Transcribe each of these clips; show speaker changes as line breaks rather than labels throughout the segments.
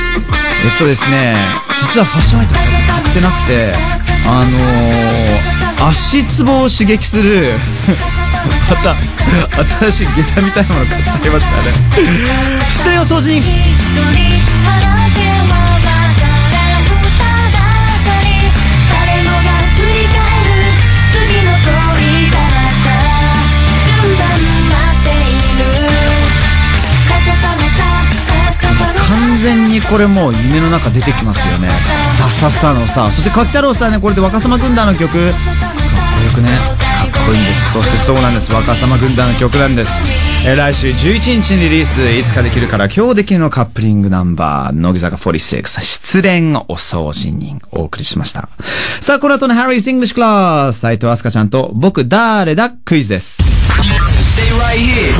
えっとですね、実はファッションアイテム最近買ってなくて、あのー、足つぼを刺激する、また、新しい下駄みたいなもの買っちゃいましたね。失礼を掃除に完全にこれもう夢の中出てきますよねさささのさそして柿太郎さんねこれで若様軍団の曲かっこよくねかっこいいんですそしてそうなんです若様軍団の曲なんです、えー来週11日にリリースいつかできるから今日できるのカップリングナンバー乃木坂46失恋お掃除人お送りしましたさあこの後のハリーズ・イングリッシュクラス斉藤飛鳥ちゃんと僕誰だクイズです
Stay right here.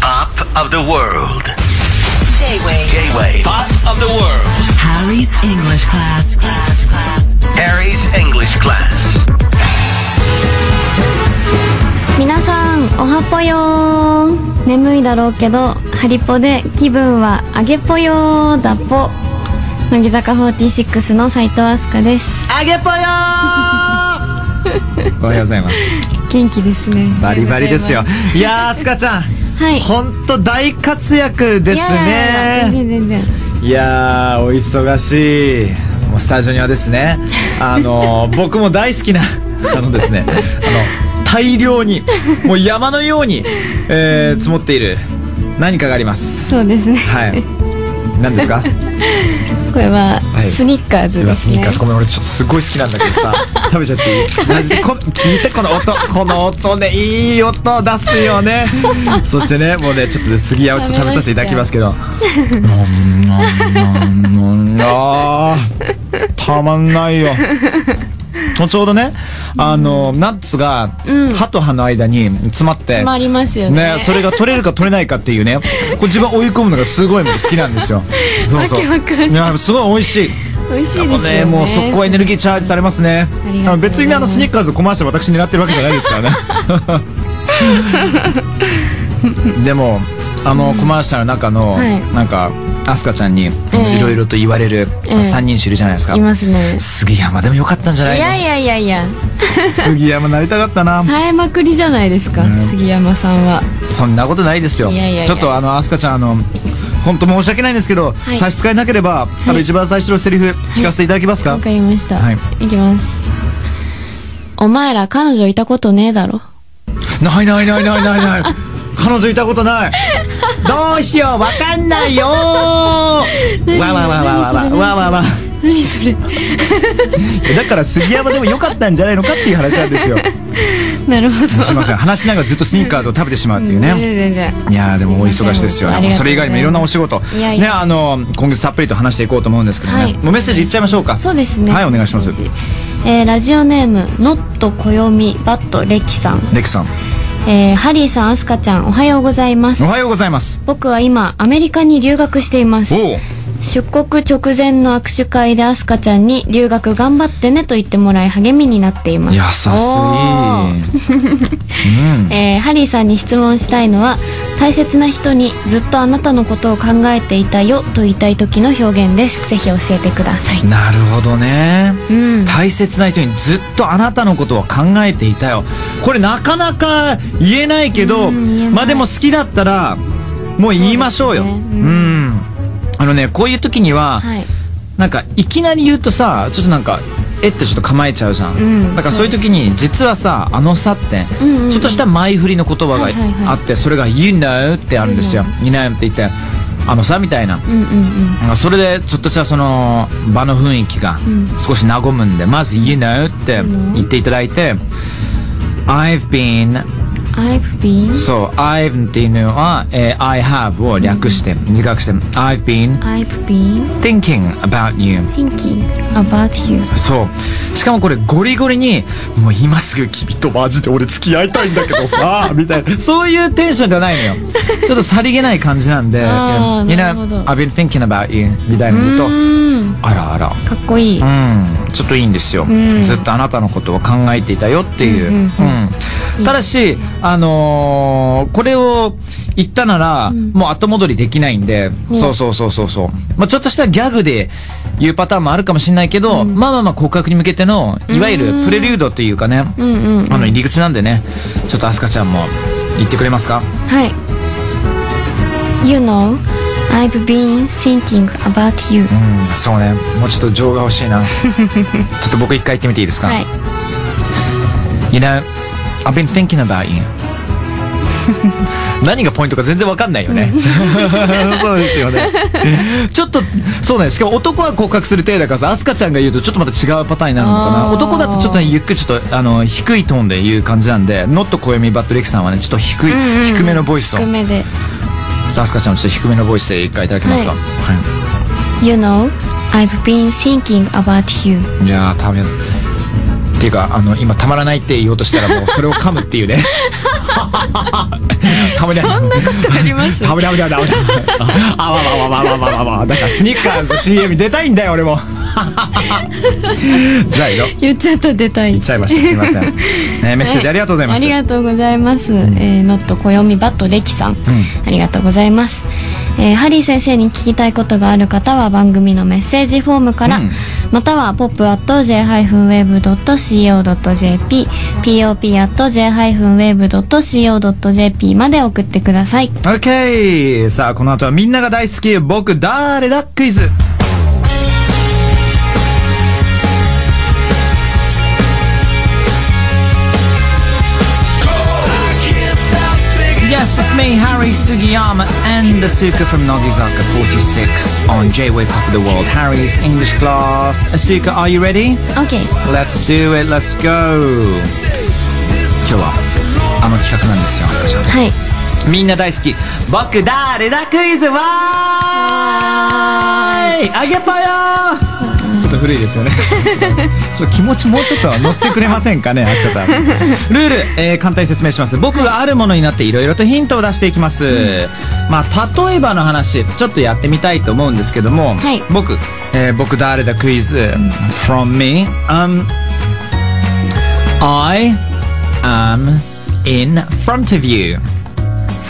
Pop of the world. J-Wave. Pop of the world.
Harry's English class. class, class.
Harry's English class.
皆さんおはぽよー眠いだろうけどハリポで気分はあげぽよーだっぽ乃木坂46の斉藤飛鳥です
あげぽよおはようございます
元気ですね
バリバリですよ。いやー、スカちゃん、
はい
ほんと大活躍です
いやいやいや
ね。
全然全然
いやー、お忙しい。もうスタジオにはですね、あのー僕も大好きな、あのですね、あの、大量に、もう山のように、えー積もっている何かがあります。
そうですね
はい。何ですか
これは
はい
スニッカーズ
う
で
わ
す
ス
ね、
ニーカーズごめん俺ちょっとすごい好きなんだけどさ食べちゃっていいマジでこ聞いてこの音この音ねいい音出すよねそしてねもうねちょっとね杉谷をちょっと食べさせていただきますけどあたまんないよちょうどねあの、ナッツが歯と歯の間に詰まって、
まあありますよね
ね、それが取れるか取れないかっていうね、こう自分を追い込むのがすごい好きなんですよ。そうそう。
わけわかんない
いや、すごい美味しい。
美味し
も
いですよ
う
ね
ね、もう速攻エネルギーチャージされますね
あり。がとうございます
あの別にねあのスニッカーズコマーシャル私狙ってるわけじゃないです からね。でも、あのコマーシャルの中の、
はい
なんか、アスカちゃんにい
ええ
ろいろと言われる
ええ
三人種いるじゃないですか
い。ますね
杉山でもよかったんじゃ
い
ないの
やいやいやいや
杉山なりたかったな。
冴えまくりじゃないですか、
ね
杉山さんは
そんなことないですよ。
いやいやいや
ちょっとあの、アスカちゃん、あの、本当申し訳ないんですけど、
い
差し支えなければ、あの、一番最初のセリフ聞かせていただけますか、
わかりました、
はい
い、きますお前ら彼女いたことねえだろ
ないないないないないない。彼女いたことない。どうしよう、わかんないよー。わわわわわわわわわわ。
何それ
だから杉山でも良かったんじゃないのかっていう話なん ですよ。
なるほど
すいません、話しながらずっとスニーカーズを食べてしまうっていうね。
全然全然
いやーでもお忙しいですよ
ありがとう
そ
ございます
れ以外にもいろんなお仕事
いやいや
ねあの今月たっぷりと話していこうと思うんですけどね、
はい
もうメッセージいっちゃいましょうか
そうですね
はいお願いします
えーラジオネームノットこよみバットレキさん、
レキさん
えーハリーさんアスカちゃんおはようございます
おはようございます
僕は今アメリカに留学しています
おお
出国直前の握手会でアスカちゃんに留学頑張ってねと言ってもらい励みになっています
優しいうん
えーハリーさんに質問したいのは大切な人にずっとあなたのことを考えていたよと言いたい時の表現ですぜひ教えてください
なるほどね
うん
大切な人にずっとあなたのことを考えていたよこれなかなか言えないけど
うん言えない
まあでも好きだったらもう言いましょうよう
そうですねうん
んあのねこういう時には、
はい
なんかいきなり言うとさちょっとなんかえってちょっと構えちゃうじゃん、
うん
だからそういう時に実はさ「あのさ」って、
うんうんうん
ちょっとした前振りの言葉があ
は
っ
い
て、
はいはい
それが「You know」ってあるんですよ「You know」って言って「あのさ」みたいな。
うんうんうん
なんかそれでちょっとしたその場の雰囲気が
ん
少し和むんで、まず「You know」って言っていただいて「I've been
I've been
そう「I've」っていうのは「えー I have」を略して短くして「I've been
I've been
thinking about you」
thinking about you
そうしかもこれゴリゴリに「もう今すぐ君とマジで俺付き合いたいんだけど さ」みたいなそういうテンションではないのよちょっとさりげない感じなんで
あー
You
なるほ
know
ど
I've been thinking about you」みたいうなのと
ーん
「あらあら」
かっこいい
うん、ちょっといいんですよ、
ん
ずっとあなたのことを考えていたよっていう、
うんうんう
う
ん
んただし、あのーこれを言ったなら、
ん
もう後戻りできないんで、
うん
そうそうそうそうそう、まあ、ちょっとしたギャグで言うパターンもあるかもしれないけど、まあまあまあ告白に向けてのいわゆるプレリュードというかね、
うんうんうん
あの入り口なんでねちょっとアスカちゃんも言ってくれますか
はい You know I've been thinking about you
うんそうねもうちょっと情が欲しい なちょっと僕一回言ってみていいですか、
はい
You know, I've been thinking about you. 何がポイントか全然わかんないよね。 そうですよね。ちょっと、そうね、しかも男は告白する体だからさ、アスカちゃんが言うとちょっとまた違うパターンになるのかな。
あー
男だとちょっとね、ゆっくりちょっと、あの、低いトーンで言う感じなんで、ノット小読みバッドレキさんはね、ちょっと低い、
うんうん
低めのボイスを。ちょ
低めで
っとアスカちゃんもちょっと低めのボイスで一回いただけますか。
は
はい。
You know I've been thinking about you
いやーためっていうかあの今たまらないって言おうとしたらもうそれを噛むっていうねたまらないそんなことありますたまらないたまらないあわわわわわわわわだからスニッカーズの CM 出たいんだよ俺もないよ
言っちゃった出たい
言っちゃいましたすいません、ね、メッセージありがとうございます、
ありがとうございます。えー、ノット暦バットレキさん、ありがとうございます。えーハリー先生に聞きたいことがある方は番組のメッセージフォームから、
うん
または pop.j-wave.co.jp pop.j-wave.co.jp まで送ってください。
OK! さあ、この後はみんなが大好き、僕誰だクイズYes, it's me, Harry Sugiyama and the Suka from Nogizaka 46 on J-Wave Pop of the World. Harry's English class. Asuka, are you ready?
OK。
Let's do it, let's go! 今日はあの企画なんですよ、アスカちゃん。
はい。
みんな大好き僕誰だクイズはーいあげぽよーちょっと古いですよ ねちょっと気持ちもうちょっとは乗ってくれませんかねあすかさんルール、えー簡単に説明します僕があるものになっていろいろとヒントを出していきます、まあ例えばの話ちょっとやってみたいと思うんですけども、
はい
僕、えー僕誰だクイズ、from me um I am in front of you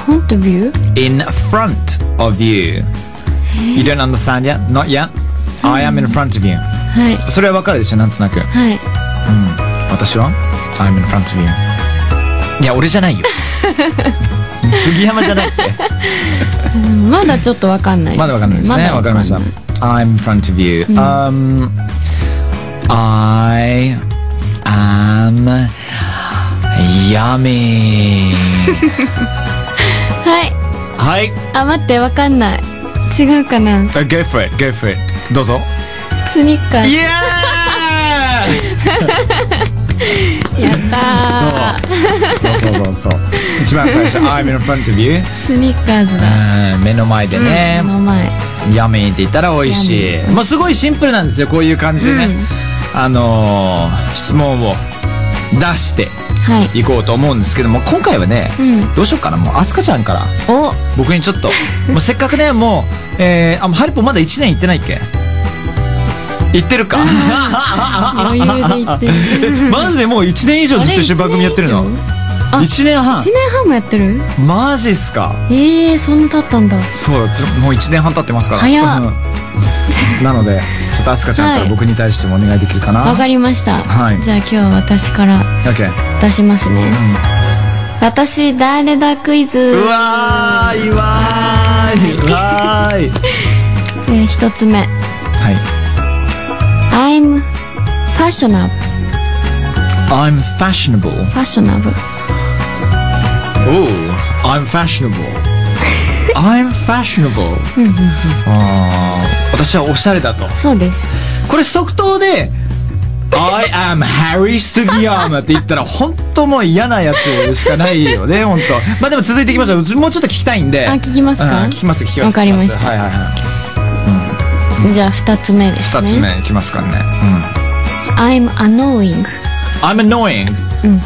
フォントビュー
in front of you. You don't understand yet? Not yet? I am in front of you.
はい。
それはわかるでしょなんとなく。
はい。
私は I'm in front of you. いや、俺じゃ ないよ。杉山じゃないって。
うんまだちょっとわかんないです、ね。
まだわかんないですね。
だ
わかりました
わかんない。
I'm in front of you. Um, I am yummy.
はい。
はい。
あ、待って、わかんない。違うかな。
Uh, Go for it, go for it. どうぞ。
スニッカー。
イエーイ
やったー。
そうそうそうそうそう一番最初「I'm in front of you
スニッカーズ」だ。
うん目の前でね
目の前。
「やめ」って言ったら美味しい
Yummy
もうすごいシンプルなんですよこういう感じでね、
うん
あのー質問を出して
はい。
いこうと思うんですけども今回はね、
うん
どうしようかなもうアスカちゃんから
お、
僕にちょ っともうせっかくねもう、えー、あもうハリポまだ1年行ってないっけ行ってるか
余裕で言ってる。
マジでもう1年以上ずっと一緒に番組やってるの
あれ一年以上
1年
あ
半
1年半もやってる
マジっすか
えー、そんな経ったんだ。
そうもう1年半経ってますから
早っ
うんなのでちょっとアスカちゃんか
は
ら
い
僕に対してもお願いできるかな、
わかりました。
はい
じゃあ今日は私から
オッケー
出しますね。
う
私、誰だクイズ。
んうわーいわーいうわ ーい
えー、一つ目。
はい
I'm fashionable.
I'm fashionable
fashionable.
Oh I'm fashionable I'm fashionable あー私はおしゃれだと
そうです。
これ即答で I am Harry Sugiyama って言ったら本当もう嫌なやつしかないよね本当まあでも続いていきましょうもうちょっと聞きたいんで
あ、聞きます
う
か
ん聞きます聞きます
わかりまし
聞きす
た。
はいはいはい
じゃあ二つ目です
二
ね。
つ目いきますからね、
I'm annoying.
うん、I'm annoying
うん。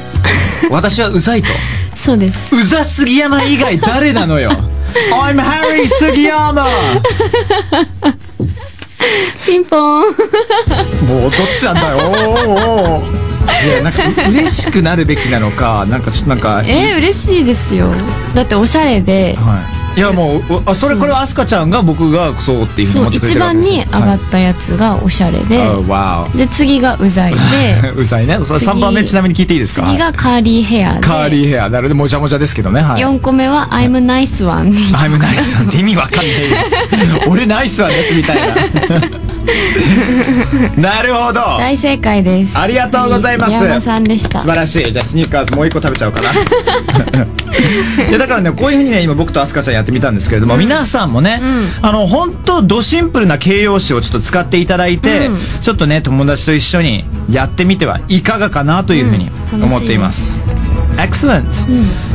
私はうざいと
そうです。
うざ杉山以外誰な のよ I'm Harry Sugiyama
ピンポーン。
もうどっちなんだよおーおーいやなんかう嬉しくなるべきなのかなんかちょっとなんか
えー、嬉しいですよだっておしゃれで
はいいやもうおあそれこれはアスカちゃんが僕がそうっていうふうに
そ
思
う
ってくれ
一
てるわけ
番
です
に上がったやつがおしゃれで、
はい、わ
で次がうざいで
おうざいねそれ
次
3番目ちなみに聞いていい ですか
次がカーリーヘアで
カーリーヘアなるほどもじゃもじゃですけどねはい
4個目は「I'm nice one」
アイムナイスなんて意味わかんねえよ 俺ナイスはねみた いななるほど
大正解です
ありがとうございます
宮本さんでした
素晴らしいじゃあスニーカーズもう一個食べちゃおうか ないやだからねこういうふうにね今僕とアスカちゃんやってみたんですけれども、皆さんもね、あの本当ドシンプルな形容詞をちょっと使っていただいて、
うん
ちょっとね友達と一緒にやってみてはいかがかなというふうに
うん
思っています、Excellent、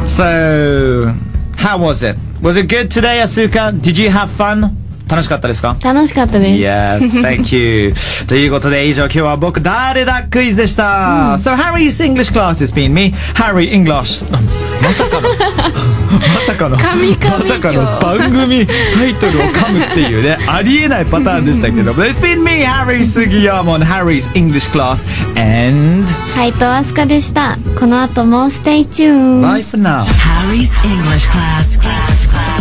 So how was it? Was it good today, Asuka? Did you have fun? 楽しかったですか
楽しかったです
Yes, thank you. ということで以上今日は僕誰だクイズでした。So Harry's English class has been me, Harry English. まさ かのまさかの
神々
まさかの番組タイトルを噛むって いうねありえないパターンでしたけども It's been me, Harry Sugiyamon, Harry's English class and
斉藤飛鳥でしたこの後も Stay tuned
bye for now.
Harry's English class. class, class.